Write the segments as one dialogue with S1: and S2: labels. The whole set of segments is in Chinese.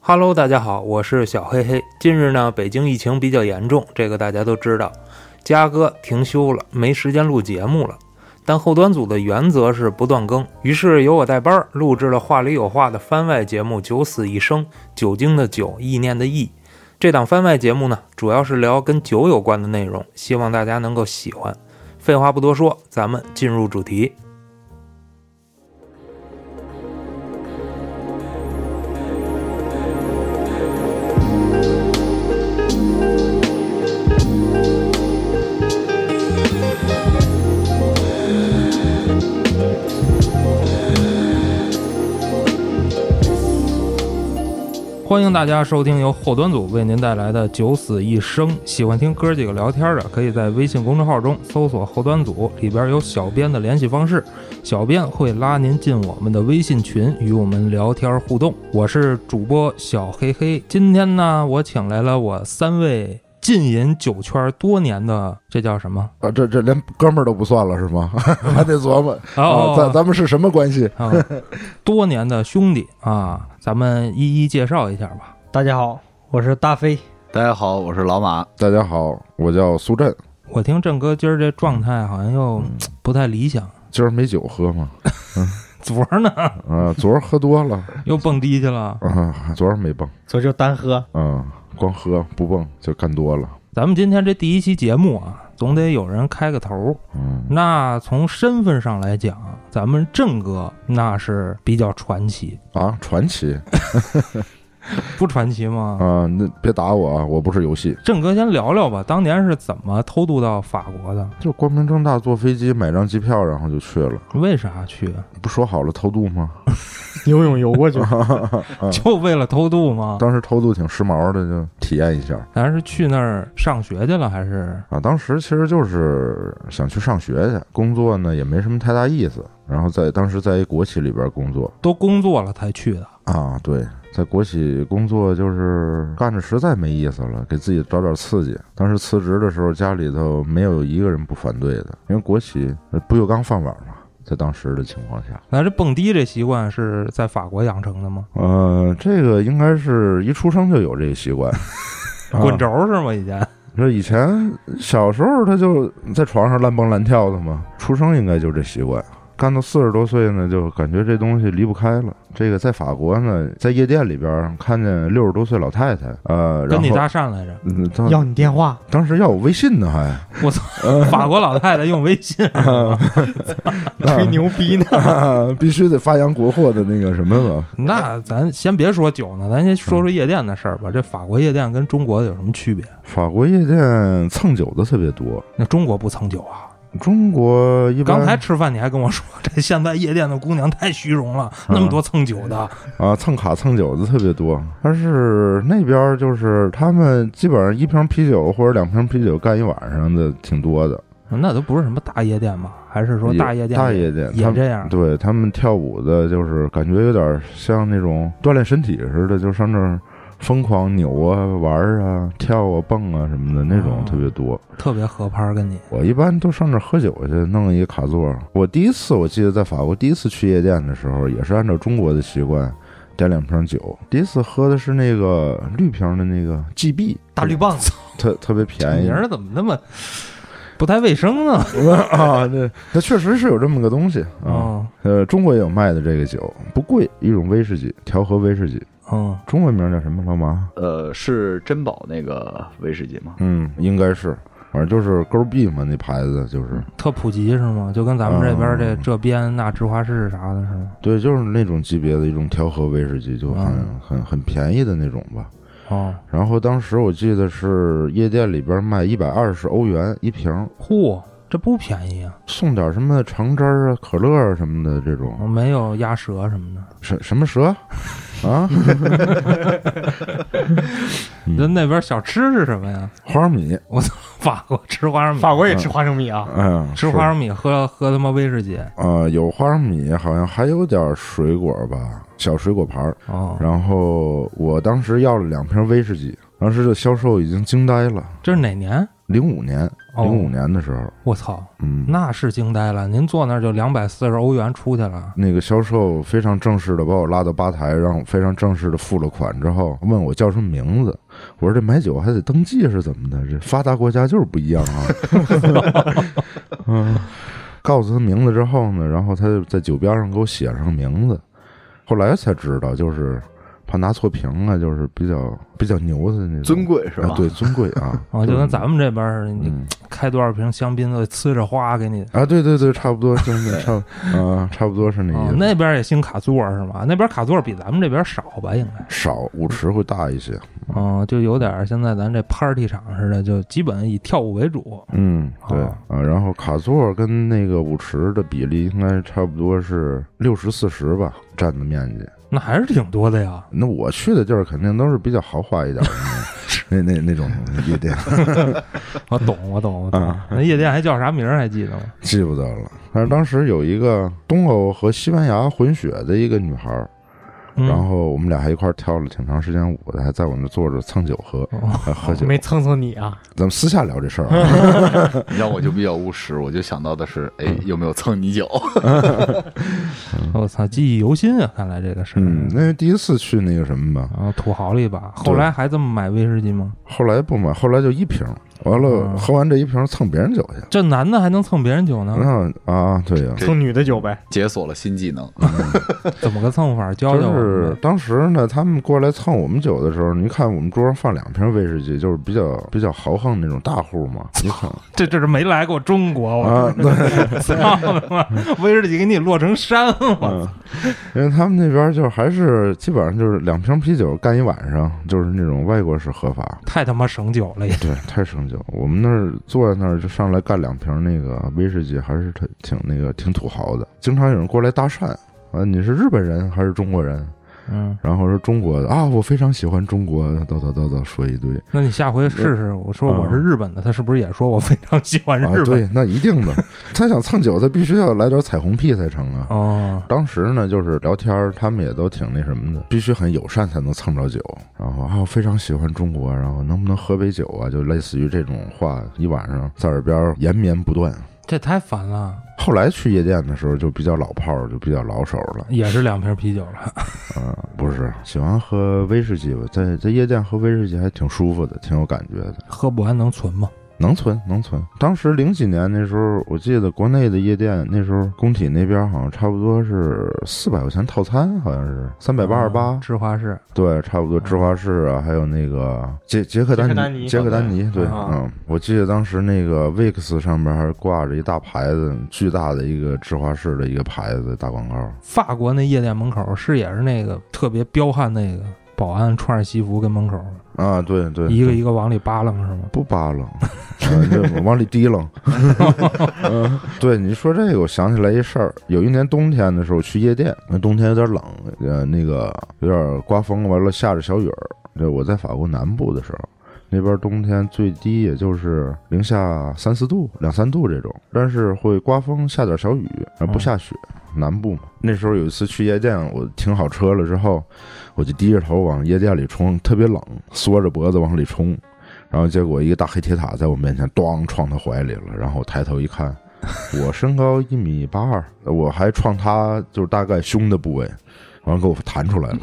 S1: Hello，大家好，我是小黑黑。近日呢，北京疫情比较严重，这个大家都知道。嘉哥停休了，没时间录节目了。但后端组的原则是不断更，于是由我带班儿录制了《话里有话》的番外节目《九死一生》，酒精的酒，意念的意。这档番外节目呢，主要是聊跟酒有关的内容，希望大家能够喜欢。废话不多说，咱们进入主题。欢迎大家收听由后端组为您带来的《九死一生》。喜欢听哥几个聊天的，可以在微信公众号中搜索“后端组”，里边有小编的联系方式，小编会拉您进我们的微信群，与我们聊天互动。我是主播小黑黑，今天呢，我请来了我三位浸淫酒圈多年的，这叫什么？
S2: 啊，这这连哥们儿都不算了是吗？ 还得琢磨啊，咱
S1: 哦，
S2: 咱们是什么关系？
S1: 啊，多年的兄弟啊，咱们一一介绍一下吧。
S3: 大家好，我是大飞。
S4: 大家好，我是老马。
S2: 大家好，我叫苏振，
S1: 我听郑哥今儿这状态好像又不太理想。
S2: 今儿没酒喝吗？
S1: 昨儿呢，
S2: 啊，昨儿喝多了
S1: 又蹦迪去了。
S2: 啊，昨儿没蹦
S3: 所以就单喝，
S2: 啊，光喝不蹦就干多了。
S1: 咱们今天这第一期节目啊，总得有人开个头。
S2: 嗯，
S1: 那从身份上来讲，咱们郑哥那是比较传奇，
S2: 啊，传奇
S1: 不传奇吗？
S2: 啊，那别打我啊，我不是游戏，
S1: 郑哥先聊聊吧，当年是怎么偷渡到法国的？
S2: 就光明正大坐飞机买张机票，然后就去了。
S1: 为啥去？
S2: 不说好了偷渡吗？
S3: 游泳游 过去，
S2: 啊
S1: 就为了偷渡吗？
S2: 当时偷渡挺时髦的，就体验一下
S1: 咱是去那儿上学去了，还是
S2: 啊。当时其实就是想去上学去，工作呢也没什么太大意思。然后在当时在一国企里边工作，
S1: 都工作了才去的？
S2: 啊，对，在国企工作就是干着实在没意思了，给自己找点刺激。当时辞职的时候，家里头没有一个人不反对的，因为国企呃不锈钢饭碗嘛，在当时的情况下，
S1: 咱这蹦迪这习惯是在法国养成的吗？。
S2: 呃，这个应该是一出生就有这个习惯 啊
S1: 滚
S2: 着！
S1: 轴是吗？以前
S2: 这以前小时候他就在床上乱蹦乱跳的嘛，出生应该就这习惯。干到四十多岁呢，就感觉这东西离不开了。这个在法国呢，在夜店里边儿看见六十多岁老太太，呃，然
S1: 跟
S2: 后
S1: 你搭讪来着，
S2: 嗯，当
S3: 要你 电话，
S2: 当时要我微信呢，还
S1: 我操，法国老太太用微信，
S3: 吹牛逼呢。
S2: 啊必须得发扬国货的那个什么了。
S1: 那咱先别说酒呢，咱先说说夜店的事儿吧。这法国夜店跟中国有什么区别？
S2: 法国夜店蹭酒的特别多，
S1: 那中国不蹭酒啊？
S2: 中国一般
S1: 刚才吃饭你还跟我说，这现在夜店的姑娘太虚荣了，那么多蹭酒的，
S2: 啊蹭卡蹭酒的特别多，但是那边儿就是他们基本上一瓶啤酒或者两瓶啤酒干一晚上的挺多的。
S1: 那都不是什么大夜店嘛？还是说
S2: 也
S1: 大夜店？
S2: 大夜店
S1: 也
S2: 他们
S1: 这样？
S2: 对他们跳舞的，就是感觉有点像那种锻炼身体似的，就上那儿疯狂扭啊、玩儿啊、跳啊、蹦啊什么的那种
S1: 哦
S2: 特别多。
S1: 特别合拍儿跟你
S2: 我一般都上那儿喝酒去，弄一个卡座。我第一次我记得在法国第一次去夜店的时候，也是按照中国的习惯，点两瓶酒。第一次喝的是那个绿瓶的那个 GB，
S3: 大绿棒子，
S2: 特特别
S1: 这
S2: 便宜
S1: 名儿怎么那么不太卫生呢？
S2: 啊！那它确实是有这么个东西啊。
S1: 嗯
S2: 呃，中国也有卖的这个酒，不贵，一种威士忌，调和威士忌，
S1: 嗯，
S2: 中文名叫什么？老马？
S4: 呃，是珍宝那个威士忌吗？
S2: 嗯，应该是，嗯反正就是勾 B 嘛，那牌子就是，
S1: 特普及是吗？就跟咱们这边儿这
S2: 嗯
S1: 这边那芝华士啥的是吗？
S2: 对，就是那种级别的一种调和威士忌，就很、
S1: 嗯
S2: 很很便宜的那种吧。
S1: 哦，
S2: 然后当时我记得是夜店里边卖一百二十欧元一瓶，
S1: 嚯，这不便宜啊！
S2: 送点什么橙汁儿啊、可乐啊什么的这种，
S1: 没有鸭舌什么的。
S2: 什什么蛇啊， 嗯
S1: 那那边小吃是什么呀？
S2: 花生米，
S1: 法国吃花生米，
S3: 法国也吃花生米啊，
S2: 嗯，
S1: 吃花生米，喝喝他妈威士忌。
S2: 是啊、有花生米，好像还有点水果吧，小水果盘儿。
S1: 哦，
S2: 然后我当时要了两瓶威士忌，当时这销售已经惊呆了。
S1: 这是哪年？
S2: 零五年，
S1: 哦
S2: 零五年的时候，
S1: 我操，
S2: 嗯，
S1: 那是惊呆了！您坐那儿就两百四十欧元出去了，
S2: 那个销售非常正式的把我拉到吧台，让我非常正式的付了款之后，问我叫什么名字。我说这买酒还得登记是怎么的？这发达国家就是不一样啊。 嗯，告诉他名字之后呢，然后他就在酒标上给我写上名字。后来才知道，就是怕拿错瓶啊，就是比较比较牛的那种
S4: 尊贵是吧？
S2: 啊，对，尊贵啊
S1: ，哦，就跟咱们这边儿似的，你
S2: 嗯
S1: 开多少瓶香槟都得呲着花给你。
S2: 啊，对对对，差不多，就是那差啊，差不多是那意
S1: 哦
S2: 思。，
S1: 那边儿也兴卡座是吗？那边儿卡座比咱们这边儿少吧，应该。
S2: 少舞池会大一些，
S1: 嗯，就有点儿现在咱这 party 场似的，就基本以跳舞为主。
S2: 嗯，对
S1: 哦
S2: 啊，然后卡座跟那个舞池的比例应该差不多是六十四十吧，占的面积。
S1: 那还是挺多的呀。
S2: 那我去的地儿肯定都是比较豪华一点的 那那那那种夜店，
S1: 我懂，我懂，我懂
S2: 啊。
S1: 那夜店还叫啥名儿还记得吗？
S2: 记不得了。但是当时有一个东欧和西班牙混血的一个女孩儿，
S1: 嗯
S2: 然后我们俩还一块儿跳了挺长时间舞的，还在我那坐着蹭酒喝，
S1: 哦
S2: 还喝酒。
S3: 没蹭蹭你啊？
S2: 咱们私下聊这事儿啊。
S4: 你知道我就比较务实，我就想到的是，哎，有没有蹭 你酒？
S1: 我操，记忆犹新啊！看来这个事儿，
S2: 嗯，那是第一次去那个什么吧，
S1: 然后土豪了一把。后来还这么买威士忌吗？
S2: 后来不买，后来就一瓶，完了
S1: 嗯
S2: 喝完这一瓶蹭别人酒去。
S1: 这男的还能蹭别人酒呢？
S2: 那啊，对嗯呀、
S4: 对
S3: 蹭女的酒呗。
S4: 解锁了新技能，
S1: 怎么个蹭法？教
S2: 就
S1: 教我
S2: 是
S1: 们呗。
S2: 当时呢，他们过来蹭我们酒的时候，你看我们桌上放两瓶威士忌，就是比较比较豪横那种大户嘛。你看
S1: 这这是没来过中国，我
S2: 啊，对，
S1: 操他
S2: 啊
S1: 妈！ 威士忌给你落成山了。
S2: 嗯，因为他们那边就还是基本上就是两瓶啤酒干一晚上，就是那种外国式喝法。
S1: 太他妈省酒了也，
S2: 对，太省酒。我们那儿坐在那儿就上来干两瓶那个威士忌，还是挺挺那个挺土豪的。经常有人过来搭讪，啊，你是日本人还是中国人？
S1: 嗯，
S2: 然后说中国的啊，我非常喜欢中国，叨叨叨叨说一堆
S1: 那你下回试试，我说我是日本的，他是不是也说我非常喜欢
S2: 啊
S1: 日，本？
S2: 对，那一定 的，他想蹭酒，他必须要来点彩虹屁才成啊。
S1: 哦，
S2: 当时呢，就是聊天儿，他们也都挺那什么的，必须很友善才能蹭着酒。然后啊，我非常喜欢中国，啊然后能不能喝杯酒啊？就类似于这种话，一晚上在耳边儿延绵不断。
S1: 这太烦了，
S2: 后来去夜店的时候就比较老炮儿，就比较老手了。
S1: 也是两瓶啤酒了。
S2: 嗯，不是喜欢喝威士忌吧？在在夜店喝威士忌还挺舒服的，挺有感觉的。
S1: 喝不完能存吗？
S2: 能存能存。当时零几年那时候，我记得国内的夜店，那时候工体那边好像差不多是四百块钱套餐，好像是三百八十八
S1: 嗯。芝华士，
S2: 对，差不多。芝华士啊，还有那个杰杰克
S3: 杰克
S2: 丹
S3: 丹尼
S2: 杰克丹尼，对，
S1: 啊
S2: 嗯，我记得当时那个 Vix 上面还挂着一大牌子，巨大的一个芝华士的一个牌子大广告。
S1: 法国那夜店门口是也是那个特别彪悍那个保安穿着西服跟门口
S2: 啊，对对，
S1: 一个一个往里扒拉是吗？
S2: 不扒 拉，嗯，就往里提楞。嗯，对，你说这个，我想起来一事儿。有一年冬天的时候去夜店，那冬天有点冷，呃，那个有点刮风，完了下着小雨儿。这我在法国南部的时候，那边冬天最低也就是零下三四度、两三度这种，但是会刮风、下点小雨，而不下雪。南部嘛，那时候有一次去夜店，我停好车了之后，我就低着头往夜店里冲，特别冷，缩着脖子往里冲，然后结果一个大黑铁塔在我面前咣撞他怀里了，然后我抬头一看，我身高一米八二，我还撞他就是大概胸的部位，然后给我弹出来了，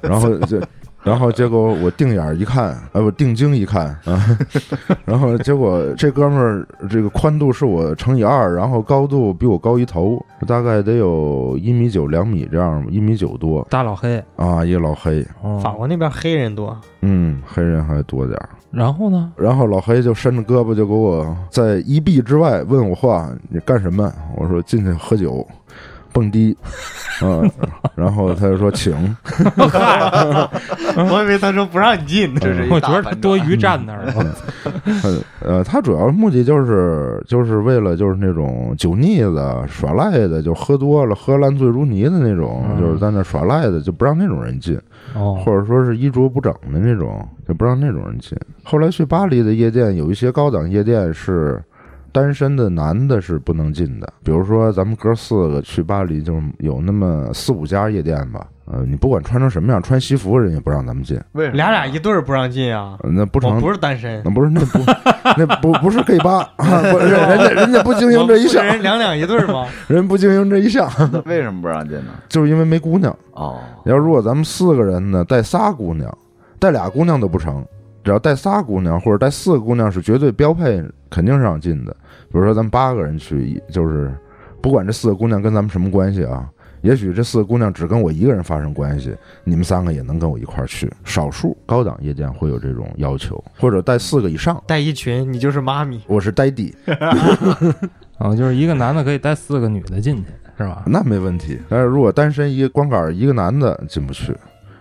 S2: 然后就。然后结果我定眼一看，哎，我定睛一看啊， 然后结果这哥们儿这个宽度是我乘以二，然后高度比我高一头，大概得有一米九两米这样，一米九多
S1: 大老黑，
S2: 啊，一老黑，
S1: 哦
S3: 法国那边黑人多，
S2: 嗯，黑人还多点儿，
S1: 然后 呢？
S2: 然后老黑就伸着胳膊就给我在一臂之外问我话，你干什么？我说进去喝酒，蹦迪，嗯， 然后他就说请，嗯
S3: 我以为他说不让你进呢。
S4: 这是一
S1: 我
S4: 大
S1: 觉得
S4: 反
S1: 他
S4: 转
S1: 多余站那儿了。
S2: 呃呃，他主要目的就是就是为了就是那种酒腻子耍赖的，就喝多了喝烂醉如泥的那种，
S1: 嗯
S2: 就是在那耍赖的，就不让那种人进。
S1: 哦，
S2: 或者说是衣着不整的那种，就不让那种人进。后来去巴黎的夜店，有一些高档夜店是单身的男的是不能进的，比如说咱们哥四个去巴黎，就是有那么四五家夜店吧，呃，你不管穿成什么样，穿西服人也不让咱们进，
S4: 为什么
S3: 俩俩一对儿不让进啊！
S2: 呃那不
S3: 我
S2: 成。
S3: 不是单身，
S2: 那不是那不 那不不是 gay 吧？啊不人人家人家不经营这一
S3: 我
S2: 项
S3: 不，是人两两一对 儿吗？
S2: 人不经营这一项，
S4: 那 为什么不让进呢？
S2: 就是因为没姑娘。
S4: 哦，
S2: 要如果咱们四个人呢，带仨姑娘，带俩姑娘都不成，只要带仨姑娘或者带四个姑娘是绝对标配，肯定是让进的。比如说咱们八个人去，就是不管这四个姑娘跟咱们什么关系啊，也许这四个姑娘只跟我一个人发生关系，啊你们三个也能跟我一块儿去。少数高档夜店会有这种要求，或者带四个以上。
S3: 带一群，你就是妈咪。
S2: 我是呆弟，
S1: 啊，就是一个男的可以带四个女的进去，是吧？
S2: 那没问题。但是如果单身一光杆儿一个男的进不去，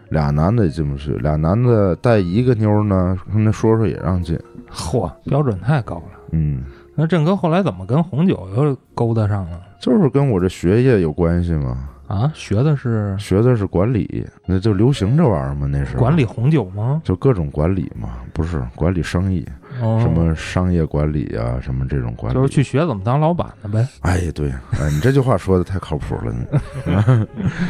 S2: 俩男的也进不去，俩男的带一个妞儿呢，跟他说说也让进。
S1: 嚯，标准太高了。
S2: 嗯，
S1: 那郑哥后来怎么跟红酒又勾搭上了？
S2: 就是跟我这学业有关系嘛，
S1: 啊，学的是
S2: 学的是管理，那就流行这玩意儿嘛，那时候
S1: 管理红酒吗？
S2: 就各种管理嘛，不是管理生意，
S1: 哦、
S2: 什么商业管理啊，什么这种管理，
S1: 就是去学怎么当老板的呗。
S2: 哎，对，哎，你这句话说的太靠谱了。你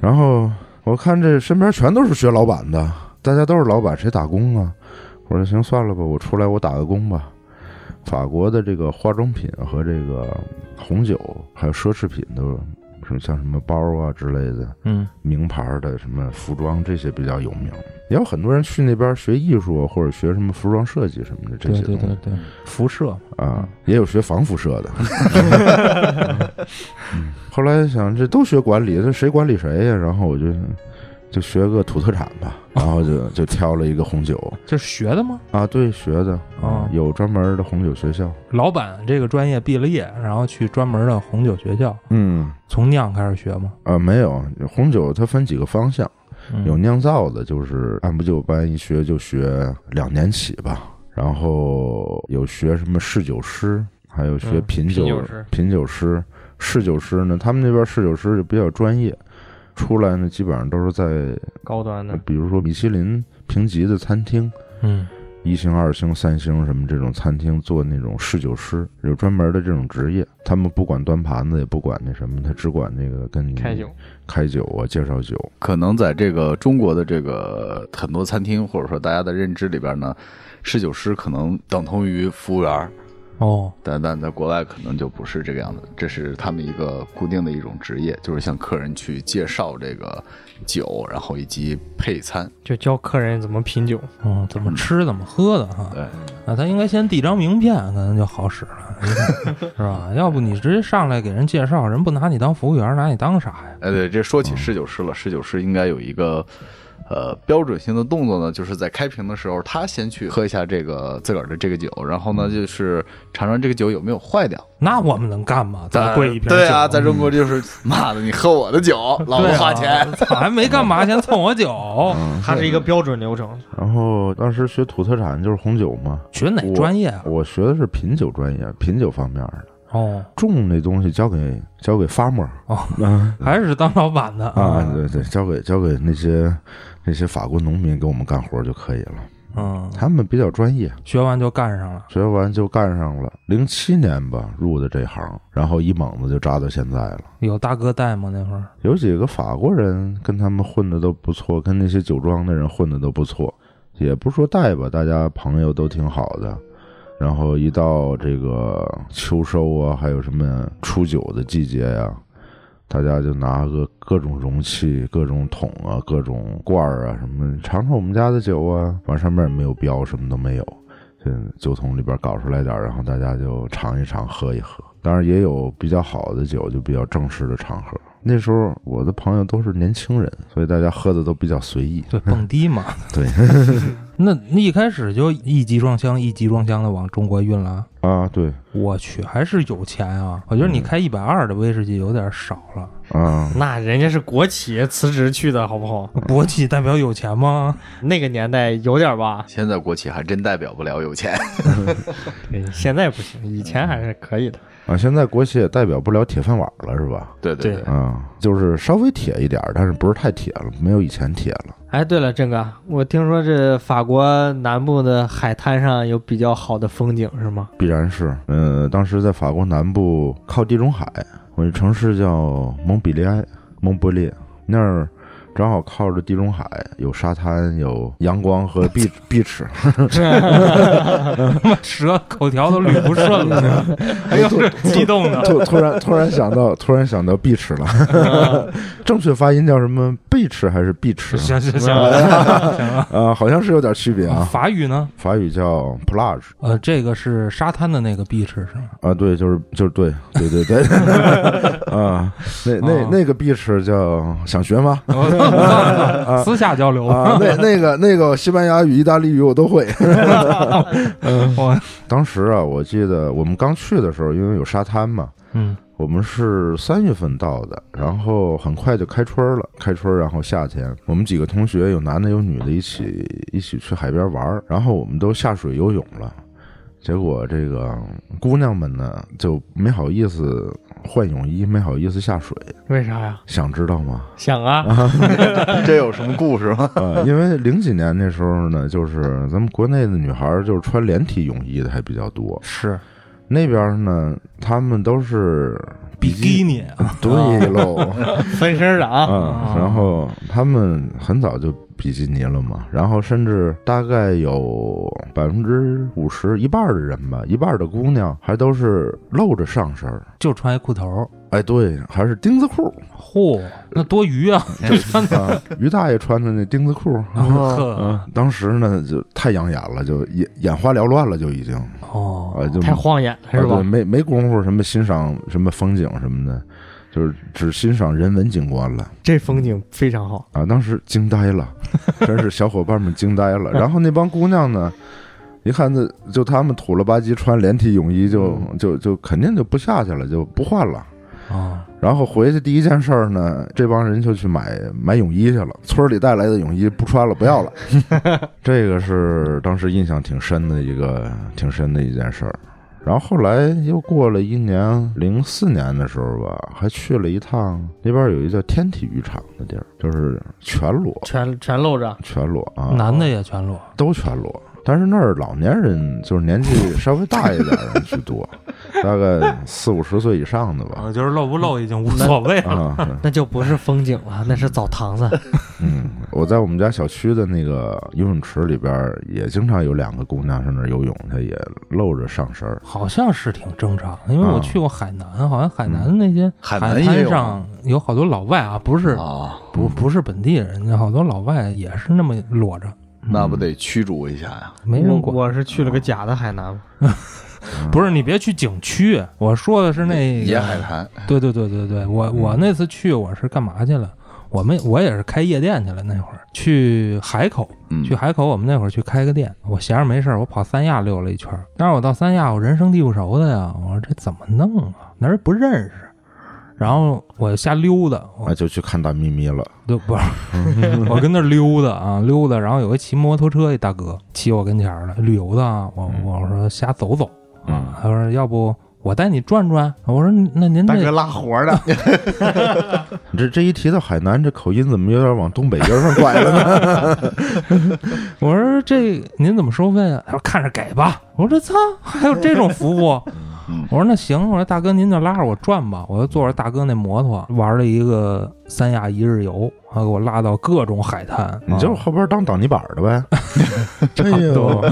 S2: 然后我看这身边全都是学老板的，大家都是老板，谁打工啊？我说行，算了吧，我出来我打个工吧。法国的这个化妆品和这个红酒，还有奢侈品都是像什么包啊之类的，
S1: 嗯，
S2: 名牌的什么服装这些比较有名。也有很多人去那边学艺术啊或者学什么服装设计什么的这
S1: 对
S2: 些东
S1: 对
S2: 西
S1: 对对，辐射嘛
S2: 啊，也有学防辐射的。嗯后来想，这都学管理，这谁管理谁呀？然后我就就学个土特产吧，然后就就挑了一个红酒
S1: 这是学的吗？
S2: 啊，对，学的啊
S1: 哦，
S2: 有专门的红酒学校，
S1: 老板这个专业毕了业，然后去专门的红酒学校，
S2: 嗯，
S1: 从酿开始学吗？
S2: 啊，没有红酒，它分几个方向，
S1: 嗯
S2: 有酿造的，就是按部就班一学就学两年起吧，然后有学什么侍酒师，还有学
S3: 嗯
S2: 品
S3: 品
S2: 酒、
S3: 酒师
S2: 品酒师、侍酒师呢，他们那边侍酒师就比较专业，出来呢基本上都是在
S3: 高端的，
S2: 比如说米其林评级的餐厅，
S1: 嗯，
S2: 一星、二星、三星什么这种餐厅做那种侍酒师，有专门的这种职业，他们不管端盘子，也不管那什么，他只管那个跟你
S3: 开酒
S2: 开酒啊，介绍酒。
S4: 可能在这个中国的这个很多餐厅或者说大家的认知里边呢，侍酒师可能等同于服务员儿，
S1: 哦，
S4: 但但在国外可能就不是这个样子，这是他们一个固定的一种职业，就是向客人去介绍这个酒，然后以及配餐。
S3: 就教客人怎么品酒。
S1: 嗯，怎么吃怎么喝的哈。
S2: 嗯
S4: 对，
S1: 那他应该先递张名片，可能就好使了， 是吧？要不你直接上来给人介绍，人不拿你当服务员，拿你当啥呀？
S4: 哎，对，这说起侍酒师了，侍酒师应该有一个呃标准性的动作呢，就是在开瓶的时候，他先去喝一下这个自个儿的这个酒，然后呢就是尝尝这个酒有没有坏掉。
S1: 那我们能干吗？这么贵一瓶酒，
S4: 对啊，在中国就是妈的，你喝我的酒，老子
S1: 对啊
S4: 花钱。，
S1: 操 还没干嘛，先蹭我酒。
S3: 它嗯是一个标准流程，
S2: 然后当时学土特产就是红酒嘛，
S1: 学哪专业啊？
S2: 我学的是品酒专业，品酒方面的。
S1: 哦，
S2: 种那东西交给交给 farmer
S1: 哦
S2: 啊
S1: 还是当老板的
S2: 啊，对对，交给交给那些那些法国农民给我们干活就可以了。
S1: 嗯，
S2: 他们比较专业，
S1: 学完就干上了。
S2: 学完就干上了。零七年吧入的这行，然后一猛子就扎到现在了。
S1: 有大哥带吗？那会儿
S2: 有几个法国人跟他们混的都不错，跟那些酒庄的人混的都不错，也不说带吧，大家朋友都挺好的。然后一到这个秋收啊，还有什么初酒的季节呀、大家就拿个各种容器、各种桶啊、各种罐儿啊什么，尝尝我们家的酒啊。完上面也没有标，什么都没有，就酒桶里边搞出来点儿，然后大家就尝一尝，喝一喝。当然也有比较好的酒，就比较正式的场合。那时候我的朋友都是年轻人，所以大家喝的都比较随意。
S1: 对 蹦迪嘛，
S2: 对。
S1: 那那一开始就一集装箱一集装箱的往中国运了，
S2: 啊，对
S1: 我去，还是有钱啊！我觉得
S2: 嗯
S1: 你开一百二的威士忌有点少了。
S2: 啊，
S3: 那人家是国企辞职去的，好不好？
S1: 国企代表有钱吗？
S3: 那个年代有点吧，
S4: 现在国企还真代表不了有钱，
S3: 对，现在不行，以前还是可以的。
S2: 啊，现在国企也代表不了铁饭碗了，是吧？
S4: 对对
S3: 对
S2: 啊，就是稍微铁一点儿，但是不是太铁了，没有以前铁了。
S3: 哎，对了，郑哥，我听说这法国南部的海滩上有比较好的风景，是吗？
S2: 必然是，呃，当时在法国南部靠地中海，我一城市叫蒙彼利埃，蒙伯利那儿正好靠着地中海，有沙滩，有阳光和 碧碧池，
S1: 舌口条都捋不顺了， 哎呦，这激动 的，
S2: 突突然突然想到，突然想到碧池了。正确发音叫什么？碧池还是碧池？
S1: 行 行行了行了。
S2: 呃，好像是有点区别 啊。
S1: 法语呢？
S2: 法语叫 plage
S1: 呃，这个是沙滩的那个 beach 是吗？
S2: 啊，对，就是就是对对对对，啊，那那
S1: 啊
S2: 那个 beach 叫想学吗？
S1: 私下交流吧。
S2: 啊，那那个那个西班牙语、意大利语我都会。嗯
S1: 我
S2: 当时啊，我记得我们刚去的时候，因为有沙滩嘛，
S1: 嗯
S2: 我们是三月份到的，然后很快就开春了。开春，然后夏天，我们几个同学有男的有女的，一起一起去海边玩儿，然后我们都下水游泳了。结果这个姑娘们呢就没好意思换泳衣，没好意思下水，
S3: 为啥呀？
S2: 想知道 吗？
S3: 想啊，
S4: 这有什么故事吗？
S2: 呃，因为零几年那时候呢，就是咱们国内的女孩儿就是穿连体泳衣的还比较多，
S1: 是
S2: 那边儿呢，她们都是
S1: 比基
S2: 尼，
S1: 尼啊，
S2: 对 喽。
S3: 分身的啊，
S2: 嗯，然后他们很早就比基尼了嘛，然后甚至大概有百分之五十，一半儿的人吧，一半儿的姑娘还都是露着上身儿。
S1: 就穿一裤头，
S2: 哎，对，还是丁字 裤，
S1: 嚯，那多余啊！
S2: 啊，于大爷穿的那丁字裤。
S3: 啊
S1: 呵，
S2: 嗯，当时呢就太养眼了，就眼眼花缭乱了，就已经
S1: 哦，
S2: 啊，就
S3: 太晃眼了是
S2: 啊
S3: 吧
S2: 对？没没工夫什么欣赏什么风景什么的，就是只欣赏人文景观了。
S3: 这风景非常好，
S2: 啊，当时惊呆了， 真是小伙伴们惊呆了。然后那帮姑娘呢，一看这就她们土了吧唧穿连体泳衣就，就就肯定就不下去了，就不换了。
S1: 啊，
S2: 然后回去第一件事儿呢，这帮人就去买买泳衣去了。村里带来的泳衣不穿了，不要了。这个是当时印象挺深的一个挺深的一件事儿。然后后来又过了一年，零四年的时候吧，还去了一趟那边有一个叫天体浴场的地儿，就是全裸，
S3: 全全露着，
S2: 全裸啊，
S1: 男的也全裸，
S2: 都全裸。但是那儿老年人就是年纪稍微大一点的人居多，大概四五十岁以上的 吧。
S1: 我觉得啊露不露已经无所谓了。
S2: 啊，
S3: 那就不是风景了，那是澡堂子。
S2: 嗯，我在我们家小区的那个游泳池里边儿也经常有两个姑娘上那儿游泳，她也露着上身 儿。
S1: 好像是挺正常的，因为我
S2: 啊
S1: 去过海南，好像海南那些
S4: 海
S1: 嗯
S4: 南
S1: 海
S4: 也
S1: 滩上
S4: 有
S1: 有啊嗯好多老外啊，不是
S4: 啊，
S1: 不不是本地人，有好多老外也是那么裸着，
S4: 那不得驱逐一下呀？
S1: 没
S3: 我
S1: 人管。
S3: 我是去了个假的海南，
S1: 不是你别去景区，我说的是那
S4: 野
S1: 个
S4: 海滩，
S1: 对对对对对，我我那次去我是干嘛去了？我们我也是开夜店去了，那会儿去海口，
S4: 嗯
S1: 去海口，我们那会儿去开个店，我闲着没事儿，我跑三亚溜了一圈儿。但是我到三亚，我人生地不熟的呀，我说这怎么弄啊？哪儿也不认识。然后我瞎溜达，我
S2: 啊，就去看大咪咪了。
S1: 就不是， 我跟那儿溜达啊溜达。然后有个骑摩托车一大哥骑我跟前儿了，旅游的啊，我我说瞎走走
S2: 嗯
S1: 啊，他说要不我带你转转。我说那您这
S4: 拉活的，
S2: 你 这这一提到海南，这口音怎么有点往东北音儿上拐了呢？
S1: 我说这您怎么收费啊？他说看着给吧。我说操，还有这种服务？
S4: 嗯
S1: 我说那行，我说大哥您就拉着我转吧，我就坐着大哥那摩托玩了一个三亚一日游，还给我拉到各种海滩。
S4: 嗯
S2: 你就是后边当挡泥板儿的呗。哎呦，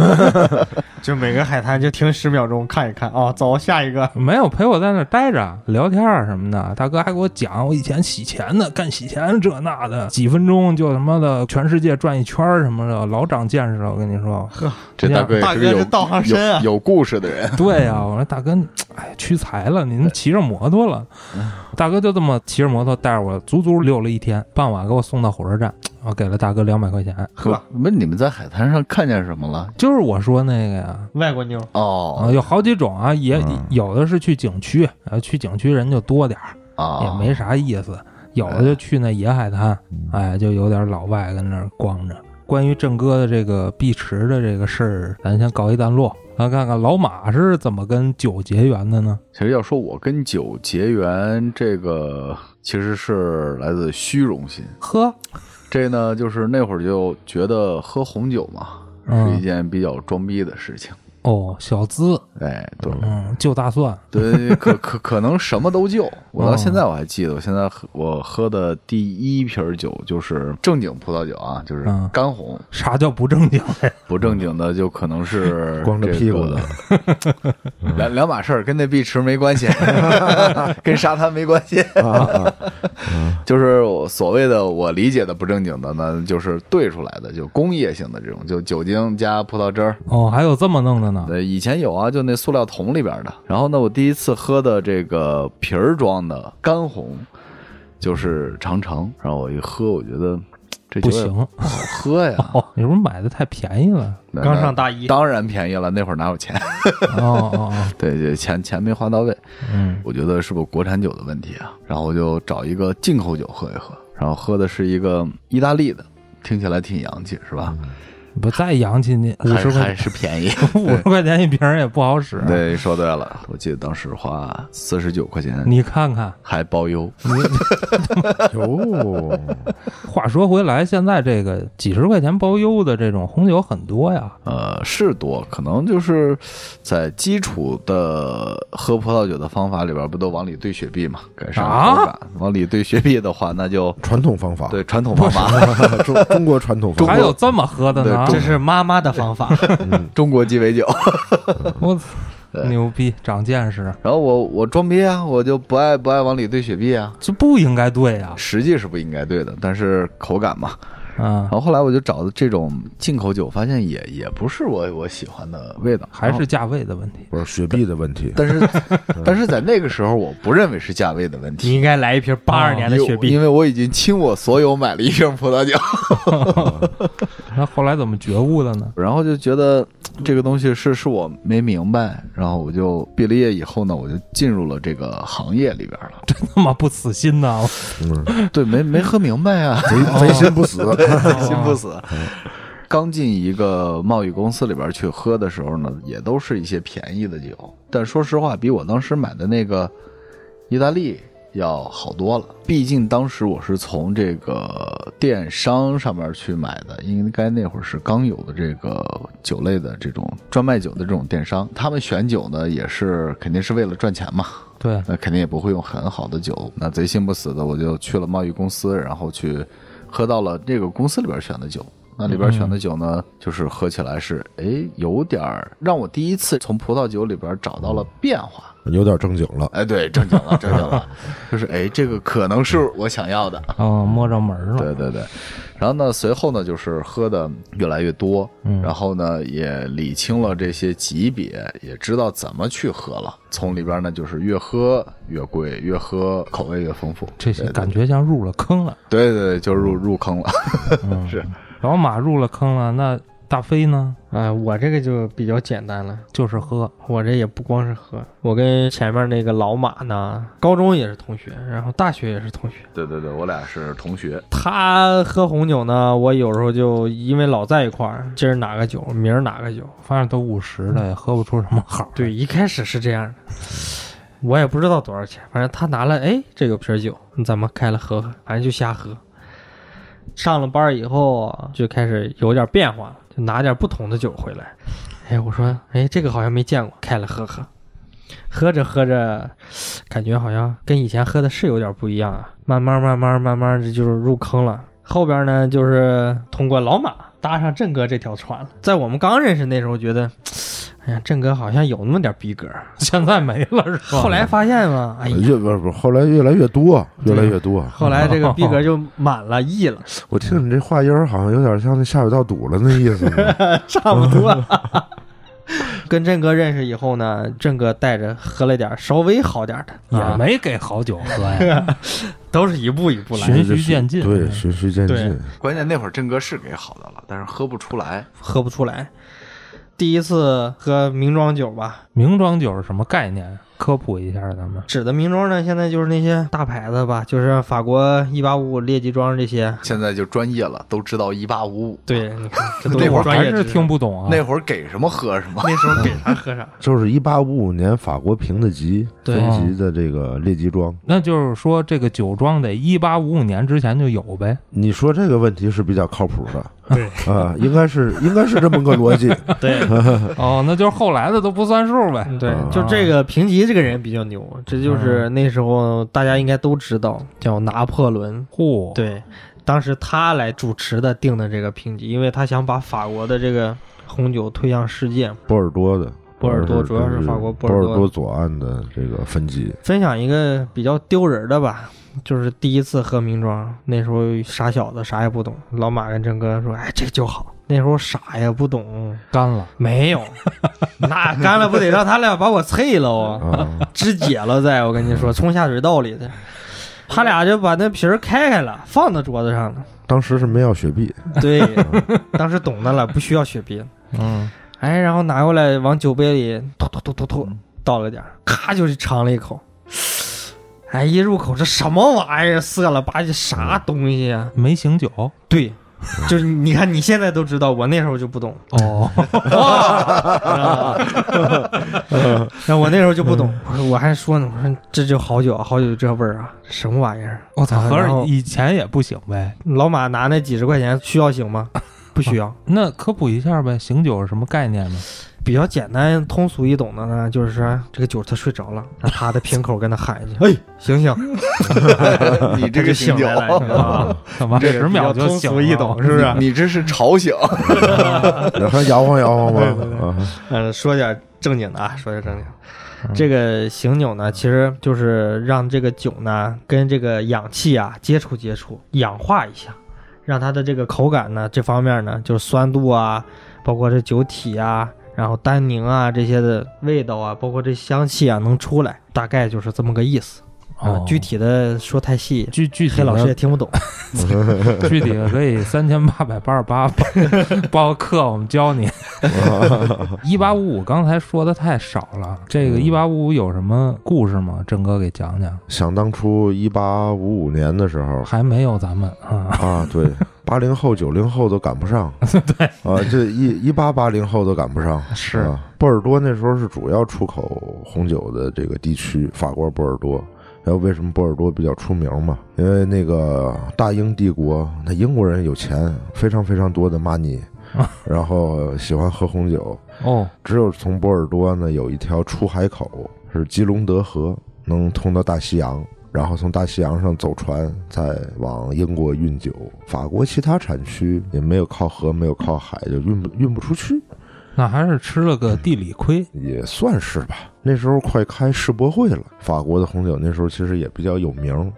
S3: 就每个海滩就停十秒钟看一看啊，走下一个。
S1: 没有陪我在那儿待着聊天儿什么的，大哥还给我讲我以前洗钱的，干洗钱这那的，几分钟就他妈的全世界转一圈儿什么的，老长见识了。我跟你说，
S4: 这大哥也
S3: 大
S4: 是个
S3: 哥
S4: 有
S3: 是道行深啊
S4: 有，有故事的人，
S1: 对呀、我说大哥，哎，屈才了，您骑着摩托了。大哥就这么骑着摩托带着我足足溜了一天，傍晚给我送到火车站，我给了大哥两百块钱。
S4: 呵，那你们在海滩上看见什么了？
S1: 就是我说那个呀，
S3: 外国妞，
S1: 啊，
S4: 哦
S1: 有好几种啊，也
S2: 嗯
S1: 有的是去景区，呃，去景区人就多点儿，
S4: 啊，
S1: 也没啥意思；有的就去那野海滩，哎，就有点老外跟那儿逛着。关于郑哥的这个碧池的这个事儿，咱先告一段落。咱看看老马是怎么跟酒结缘的呢？
S4: 其实要说我跟酒结缘，这个其实是来自虚荣心。
S1: 呵，
S4: 这呢，就是那会儿就觉得喝红酒嘛，
S1: 嗯
S4: 是一件比较装逼的事情。
S1: 哦，小资，
S4: 哎，对。
S1: 嗯，就大蒜，
S4: 对，可可可能什么都救。我
S1: 哦
S4: 到现在我还记得，我现在喝我喝的第一瓶酒就是正经葡萄酒啊，就是
S1: 嗯
S4: 干红，
S1: 啥叫不正经呀？
S4: 不正经的就可能是
S2: 光着屁股的
S4: 这 个两两码事儿，跟那碧池没关系，跟沙滩没关系。
S2: 啊，
S4: 就是我所谓的我理解的不正经的呢，就是兑出来的，就工业性的这种，就酒精加葡萄汁儿。
S1: 哦，还有这么弄的呢？
S4: 对，以前有啊，就那塑料桶里边的。然后呢，我第一次喝的这个瓶儿装的干红，就是长城。然后我一喝，我觉得这酒
S1: 不
S4: 也
S1: 行，
S4: 好喝 呀。
S1: 哦，你是不是买的太便宜了？
S4: 那
S3: 刚上大一，
S4: 当然便宜了，那会儿哪有钱？
S1: 哦哦哦，
S4: 对对，钱钱没花到位。
S1: 嗯，
S4: 我觉得是不是国产酒的问题啊？然后我就找一个进口酒喝一喝，然后喝的是一个意大利的，听起来挺洋气是吧？
S1: 嗯不再洋气你五
S4: 还
S1: 十
S4: 是
S1: 块
S4: 还是 便宜。
S1: 五十块钱一瓶儿也不好使。
S4: 对，说对了，我记得当时花四十九块钱
S1: 你看看，
S4: 还包邮。
S2: 哟，
S1: 话说回来，现在这个几十块钱包邮的这种红酒很多呀。
S4: 呃，是多，可能就是在基础的喝葡萄酒的方法里边，不都往里兑雪碧嘛？改善
S1: 啊
S4: 口感，往里兑雪碧的话，那就
S2: 传统方法，
S4: 对传统 方法，
S2: 中中国传统方
S1: 还
S2: 法，
S1: 有这么喝的呢？
S3: 这是妈妈的方法。
S4: 中国鸡尾酒。
S1: 我操牛逼，长见识，
S4: 然后我我装逼啊，我就不爱不爱往里兑雪碧啊，
S1: 这不应该对呀。
S4: 实际是不应该兑的，但是口感嘛。
S1: 嗯
S4: 然，后后来我就找的这种进口酒，发现也也不是我我喜欢的味道，
S1: 还
S4: 然后
S1: 是价位的问题。
S2: 不是雪碧的问题，
S4: 但是 但是在那个时候，我不认为是价位的问
S3: 你
S4: 题。
S3: 应该来一瓶八二年的雪
S4: 因为
S3: 碧，
S4: 因为我已经倾我所有买了一瓶葡萄酒，
S1: 那后来怎么觉悟的呢？
S4: 然后就觉得嘖这个东西是是我没明白，然后我就毕了业以后呢，我就进入了这个行业里边了。
S1: 他妈不死心呐！
S2: 嗯，
S4: 对，没没喝明白啊，
S2: 贼贼心不死，
S4: 心不死。刚进一个贸易公司里边去喝的时候呢，也都是一些便宜的酒，但说实话，比我当时买的那个意大利要好多了。毕竟当时我是从这个电商上面去买的，应该那会儿是刚有的这个酒类的这种专卖酒的这种电商，他们选酒呢也是肯定是为了赚钱嘛，
S1: 对，
S4: 那肯定也不会用很好的酒。那贼心不死的，我就去了贸易公司，然后去喝到了这个公司里边选的酒。那里边选的酒呢，就是喝起来是哎，有点儿让我第一次从葡萄酒里边找到了变化。
S2: 有点正经了，
S4: 哎，对，正经了，正经了，就是哎，这个可能是我想要的。
S1: 哦，摸着门儿了。
S4: 嗯对对对，然后呢，随后呢，就是喝的越来越多，
S1: 嗯
S4: 然后呢，也理清了这些级别，也知道怎么去喝了。从里边呢，就是越喝越贵，越喝口味越丰富。
S1: 这些感觉像入了坑 了。
S4: 对对对，就入入坑了。
S1: 嗯
S4: 是，
S1: 老马入了坑了，那大飞呢？
S3: 哎，我这个就比较简单了。
S1: 就是喝，
S3: 我这也不光是喝，我跟前面那个老马呢，高中也是同学，然后大学也是同学。
S4: 对对对，我俩是同学，
S3: 他喝红酒呢，我有时候就因为老在一块儿，今儿哪个酒，明儿哪个酒，
S1: 反正都五十
S4: 嗯
S1: 了，也喝不出什么好。
S3: 对，一开始是这样的，我也不知道多少钱，反正他拿来，哎，这有瓶酒，咱们开了喝喝，反正就瞎喝。上了班儿以后就开始有点变化了，就拿点不同的酒回来。哎，我说，哎，这个好像没见过，开了喝喝。喝着喝着，感觉好像跟以前喝的是有点不一样啊。慢慢慢慢慢慢，这就是入坑了。后边呢，就是通过老马搭上郑哥这条船了。在我们刚认识那时候，觉得，哎呀，郑哥好像有那么点逼格。
S1: 现在没了是吧？啊
S3: 后来发现嘛，哎呀，
S2: 越不是不是，后来越来越多，越来越多。
S3: 后来这个逼格就满 了亿了，
S2: 我听你这话音儿，好像有点像那下水道堵了那意思呢。
S3: 差不多。 跟郑哥认识以后呢，郑哥带着喝了点稍微好点的，
S1: 也没给好酒喝 呀，
S3: 都是一步一步来，
S1: 循序渐进。
S2: 对，循序渐进
S3: 对。
S4: 关键那会儿郑哥是给好的了，但是喝不出来。
S3: 喝不出来。第一次喝名庄酒吧，
S1: 名庄酒是什么概念？科普一下咱们。
S3: 指的名庄呢，现在就是那些大牌子吧，就是法国一八五五列级庄这些。
S4: 现在就专业了，都知道一八五五。
S3: 对，你看，这都
S4: 那会儿
S3: 是专
S1: 还
S3: 业
S1: 是
S3: 知识
S1: 听不懂啊。
S4: 那会儿给什么喝 什 么，
S3: 那时候给啥喝啥。
S2: 就是一八五五年法国评的级
S3: 对
S2: 分级的这个列级庄。
S1: 嗯那就是说，这个酒庄得一八五五年之前就有呗。
S2: 你说这个问题是比较靠谱的，
S3: 对
S2: 啊，应该是应该是这么个逻辑。
S3: 对
S1: 哦，那就是后来的都不算数呗。
S3: 对，就这个评级这个人比较牛，这就是那时候大家应该都知道，叫拿破仑。
S1: 嚯，
S3: 对，当时他来主持的定的这个评级，因为他想把法国的这个红酒推向世界。
S2: 波尔多的，
S3: 波尔多
S2: 是
S3: 主要是
S2: 是
S3: 法国
S2: 波
S3: 波尔多
S2: 多左岸的这个分 级。
S3: 分享一个比较丢人的吧，就是第一次喝名庄，那时候傻小子啥也不懂。老马跟郑哥说：“哎，这个酒好。”那时候啥也不懂，
S1: 干了，
S3: 没有，那干了不得让他俩把我啐了哦。
S2: 啊，
S3: 肢解了在，我跟你说，冲下水道里的，他俩就把那皮儿开开了，放到桌子上了。
S2: 当时是没要雪碧，
S3: 对，当时懂的了，不需要雪碧了。
S1: 嗯，
S3: 哎，然后拿过来往酒杯里吐吐吐吐吐
S1: 嗯
S3: 倒了点儿，咔就是尝了一口。哎，一入口这什么玩意儿，色了吧唧
S1: 嗯
S3: 啥东西呀、
S1: 没醒酒。
S3: 对，
S1: 嗯
S3: 就是你看你现在都知道，我那时候就不懂。
S1: 哦，
S3: 啊！那我那时候就不懂，
S1: 嗯
S3: 我说我还说呢，我说这就好酒，好酒这味儿啊，什么玩意儿？
S1: 我操，
S3: 啊
S1: 合
S3: 然后
S1: 着以前也不醒呗。
S3: 老马拿那几十块钱需要醒 吗？不需要。
S1: 那科普一下呗，醒酒是什么概念呢？
S3: 比较简单通俗易懂的呢，就是说这个酒他睡着了，拿他的瓶口跟他喊 一句：“哎，醒醒
S4: 你！”
S3: 他就
S4: 这个
S3: 醒
S4: 醒
S3: 来了，你知道
S1: 啊
S3: 吗？
S1: 怎么
S4: 这个
S1: 十秒就
S3: 通
S1: 醒
S3: 俗
S1: 了
S3: 易懂，是不是？
S4: 你你这是吵醒，
S2: 还摇晃摇晃吗？啊，
S3: 嗯，说点正经的啊，说点正经的
S1: 嗯。
S3: 这个醒酒呢，其实就是让这个酒呢跟这个氧气啊接触接触，氧化一下，让它的这个口感呢这方面呢，就是酸度啊，包括这酒体啊，然后单宁啊这些的味道啊，包括这香气啊能出来，大概就是这么个意思啊。
S1: 哦
S3: 具体的说太细，
S1: 具具体
S3: 黑
S1: 的
S3: 老 师也听不懂。
S1: 具体的可以三千八百八十八， 包课我们教你。一八五五刚才说的太少了，这个
S2: 嗯
S1: 一八五五有什么故事吗？郑哥给讲讲。
S2: 想当初一八五五年的时候，
S1: 还没有咱们啊，
S2: 啊， 对，八零后、九零后都赶不上，对啊，这一一八八零后都赶不上。
S1: 是
S2: 啊，波尔多那时候是主要出口红酒的这个地区，法国波尔多。然后为什么波尔多比较出名嘛？因为那个大英帝国，那英国人有钱，非常非常多的 money，
S1: 啊
S2: 然后喜欢喝红酒。
S1: 哦，
S2: 只有从波尔多呢有一条出海口是基隆德河，能通到大西洋，然后从大西洋上走船再往英国运酒。法国其他产区也没有靠河，没有靠海，就运不运不出去，
S1: 那还是吃了个地理亏。
S2: 也算是吧。那时候快开世博会了，法国的红酒那时候其实也比较有名。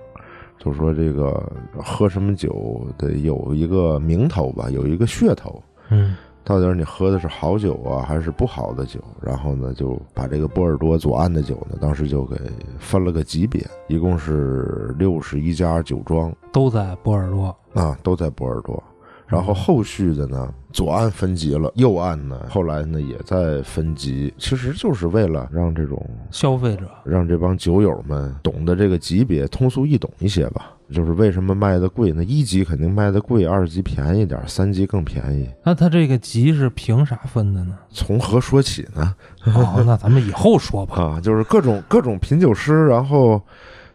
S2: 就说这个喝什么酒得有一个名头吧，有一个噱头。
S1: 嗯，
S2: 到底是你喝的是好酒啊，还是不好的酒？然后呢，就把这个波尔多左岸的酒呢，当时就给分了个级别，一共是六十一家酒庄
S1: 都在波尔多。
S2: 啊，都在波尔多。然后后续的呢，左岸分级了，右岸呢，后来呢也在分级，其实就是为了让这种
S1: 消费者
S2: 让这帮酒友们懂得这个级别通俗易懂一些吧。就是为什么卖的贵呢？一级肯定卖的贵，二级便宜点儿，三级更便宜。
S1: 那他这个级是凭啥分的呢？
S2: 从何说起呢？
S1: 哦，那咱们以后说 吧。
S2: 啊，就是各种各种品酒师，然后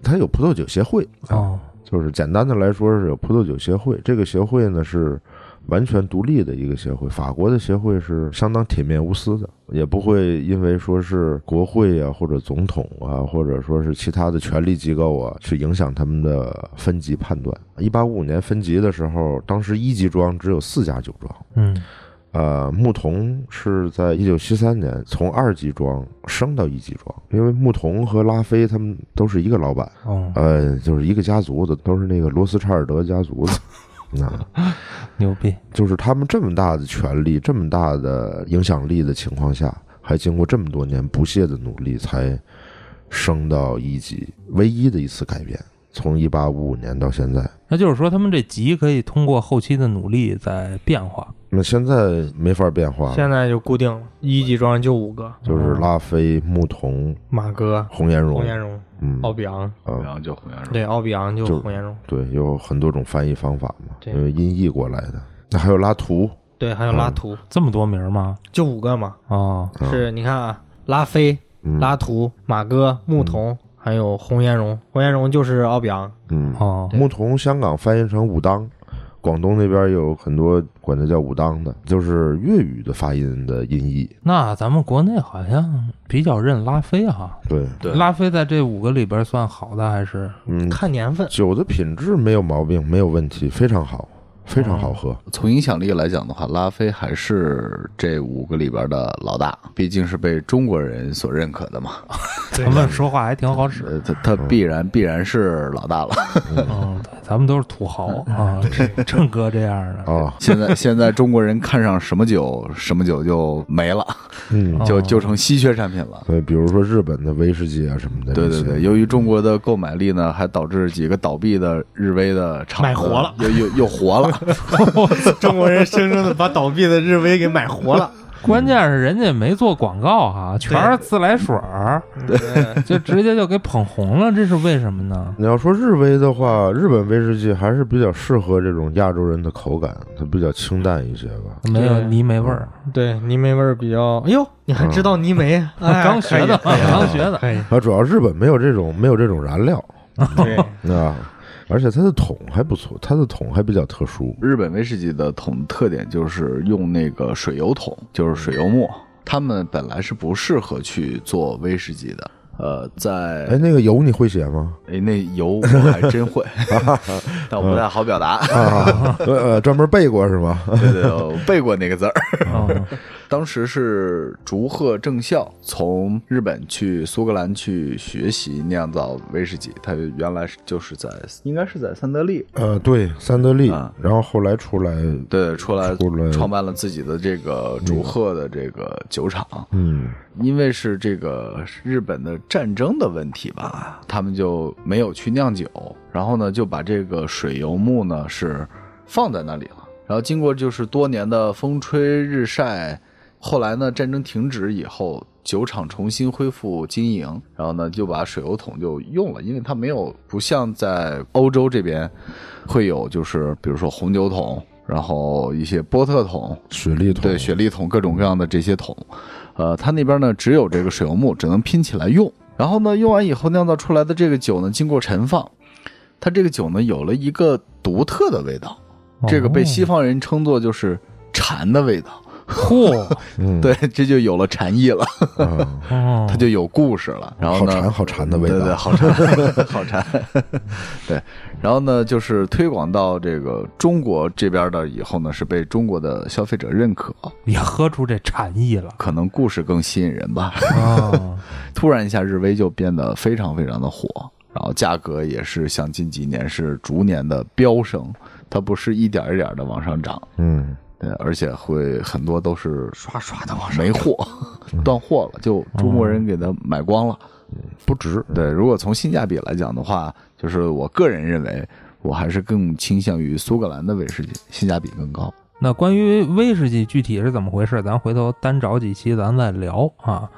S2: 他有葡萄酒协会，
S1: 哦，
S2: 就是简单的来说是有葡萄酒协会。这个协会呢是完全独立的一个协会，法国的协会是相当铁面无私的，也不会因为说是国会啊或者总统啊，或者说是其他的权力机构啊去影响他们的分级判断。一八五五年分级的时候，当时一级庄只有四家酒庄。
S1: 嗯，
S2: 呃，牧童是在一九七三年从二级庄升到一级庄，因为牧童和拉菲他们都是一个老板，
S1: 哦，
S2: 呃，就是一个家族的，都是那个罗斯查尔德家族的。 那
S1: 牛逼。
S2: 就是他们这么大的权力、这么大的影响力的情况下，还经过这么多年不懈的努力，才升到一级，唯一的一次改变。从一八五五年到现在。
S1: 那就是说，他们这集可以通过后期的努力在变化。
S2: 那现在没法变化了，
S3: 现在就固定了，一级庄就五个：
S2: 就是拉菲、牧童、
S3: 马哥、
S2: 红颜
S3: 红
S2: 绒，
S3: 颜哦绒、
S2: 嗯，
S3: 奥比昂。
S4: 然后就红颜绒。
S3: 对，奥比昂就
S2: 就是
S3: 是红颜绒。
S2: 对，有很多种翻译方法嘛，
S3: 对
S2: 因为音译过来的。那还有拉图，
S3: 对，还有拉图，
S1: 这么多名儿吗？
S3: 嗯就五个嘛。
S1: 哦，
S2: 嗯
S3: 是，你看啊，拉菲、
S2: 嗯
S3: 拉图、马哥、牧童，还有红颜绒。红颜绒就是奥比昂。
S2: 嗯，
S1: 哦，
S2: 牧童香港翻译成武当，广东那边有很多管它叫武当的，就是粤语的发音的音译。
S1: 那咱们国内好像比较认拉菲哈、
S2: 对，
S4: 对
S1: 拉菲在这五个里边算好的还是？
S2: 嗯，
S3: 看年 份，
S2: 酒的品质没有毛病，没有问题，非常好，非常好喝。
S4: 从影响力来讲的话，拉菲还是这五个里边的老大，毕竟是被中国人所认可的嘛。
S1: 咱们说话还挺好使。
S4: 呃，他他必然必然是老大了。
S1: 嗯，对，咱们都是土豪啊，郑郑哥这样的。
S2: 啊，
S4: 现在现在中国人看上什么酒，什么酒就没了，
S2: 嗯，
S1: 哦
S4: 就就成稀缺产品了。
S2: 对，比如说日本的威士忌啊什么的，
S4: 对对对，，由于中国的购买力呢，还导致几个倒闭的日威的厂子
S3: 买活了，
S4: 又又又活了。
S3: 中国人生生的把倒闭的日威给买活了。
S1: 关键是人家也没做广告哈，全是自来水儿，
S3: 对，
S1: 就直接就给捧红了，这是为什么呢？
S2: 你要说日威的话，日本威士忌还是比较适合这种亚洲人的口感，它比较清淡一些吧。
S1: 没有
S3: 对
S1: 泥煤味儿，
S3: 对，泥煤味儿比较。哎呦，你还知道
S2: 嗯
S3: 泥 煤？哎
S1: 刚学的，，刚学的。
S3: 可以。
S2: 啊，主要日本没有这种没有这种燃料
S3: 对，
S2: 啊，而且它的桶还不错，它的桶还比较特殊。
S4: 日本威士忌的桶的特点就是用那个水油桶，就是水油墨，他们本来是不适合去做威士忌的。呃，在
S2: 哎，那个油你会写吗？
S4: 哎，那油我还真 会，但我不太好表达。
S2: 啊， 呃，呃专门背过是吗？
S4: 对对对，我背过那个字儿。
S1: 嗯
S4: 当时是竹鹤正孝从日本去苏格兰去学习酿造威士忌，他原来是就是在应该是在三得利。
S2: 呃，对，三得利
S4: 啊，
S2: 然后后来出来，
S4: 对，出来
S2: 出来
S4: 创办了自己的这个竹鹤的这个酒厂，
S2: 嗯，
S4: 因为是这个日本的战争的问题吧，他们就没有去酿酒，然后呢就把这个水油木呢是放在那里了，然后经过就是多年的风吹日晒，后来呢战争停止以后，酒厂重新恢复经营，然后呢就把水油桶就用了，因为它没有不像在欧洲这边会有就是比如说红酒桶，然后一些波特桶，
S2: 雪莉桶，
S4: 对，雪莉桶各种各样的这些桶，呃，它那边呢只有这个水油木，只能拼起来用。然后呢，用完以后酿造出来的这个酒呢，经过陈放，它这个酒呢有了一个独特的味道，
S2: 哦
S4: 这个被
S1: 哦
S4: 西方人称作就是禅的味道。
S1: 嚯，
S2: 嗯，
S4: 对，这就有了禅意了，
S2: 啊，
S1: 哦
S4: 它就有故事了。然后
S2: 好
S4: 呢，
S2: 馋，好馋的味
S4: 对对，
S2: 道，
S4: 好馋， 好馋。对，然后呢，就是推广到这个中国这边的以后呢，是被中国的消费者认可，
S1: 也喝出这禅意了
S4: 可能故事更吸引人吧。
S1: 啊！
S4: 突然一下，日威就变得非常非常的火，然后价格也是像近几年是逐年的飙升，它不是一点一点的往上涨，
S2: 嗯，
S4: 对，而且会很多都是刷刷的往上没货， 断货了，就中国人给它买光了。
S2: 不值，
S4: 对，如果从性价比来讲的话，就是我个人认为，我还是更倾向于苏格兰的威士忌，性价比更高。
S1: 那关于威士忌具体是怎么回事，咱回头单找几期咱再聊啊。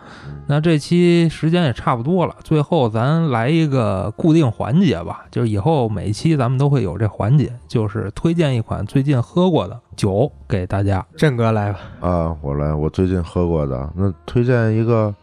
S1: 那这期时间也差不多了，最后咱来一个固定环节吧，就是以后每期咱们都会有这环节，就是推荐一款最近喝过的酒给大家。
S3: 郑哥来吧，
S2: 啊，我来，我最近喝过的，那推荐一个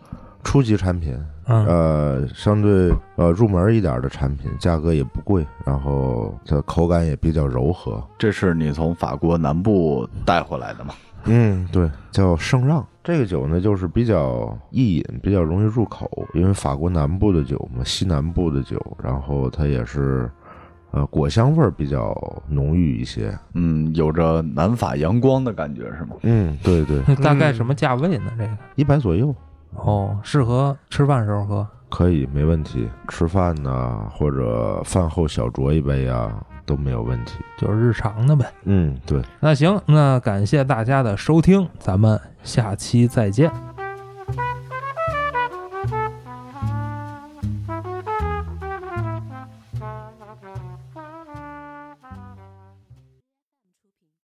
S2: 初级产品，
S1: 嗯
S2: 呃，相对呃入门一点的产品，价格也不贵，然后它口感也比较柔和。
S4: 这是你从法国南部带回来的吗？
S2: 嗯，对，叫圣让。这个酒呢，就是比较易饮，比较容易入口，因为法国南部的酒嘛，西南部的酒，然后它也是，呃，果香味儿比较浓郁一些。
S4: 嗯，有着南法阳光的感觉是吗？
S2: 嗯，对对，
S1: 大概什么价位呢？这个
S2: 一百左右
S1: 哦，适合吃饭时候喝。
S2: 可以，没问题。吃饭呐、或者饭后小酌一杯啊，都没有问题。
S1: 就是日常的呗。
S2: 嗯，对。
S1: 那行，那感谢大家的收听，咱们下期再见，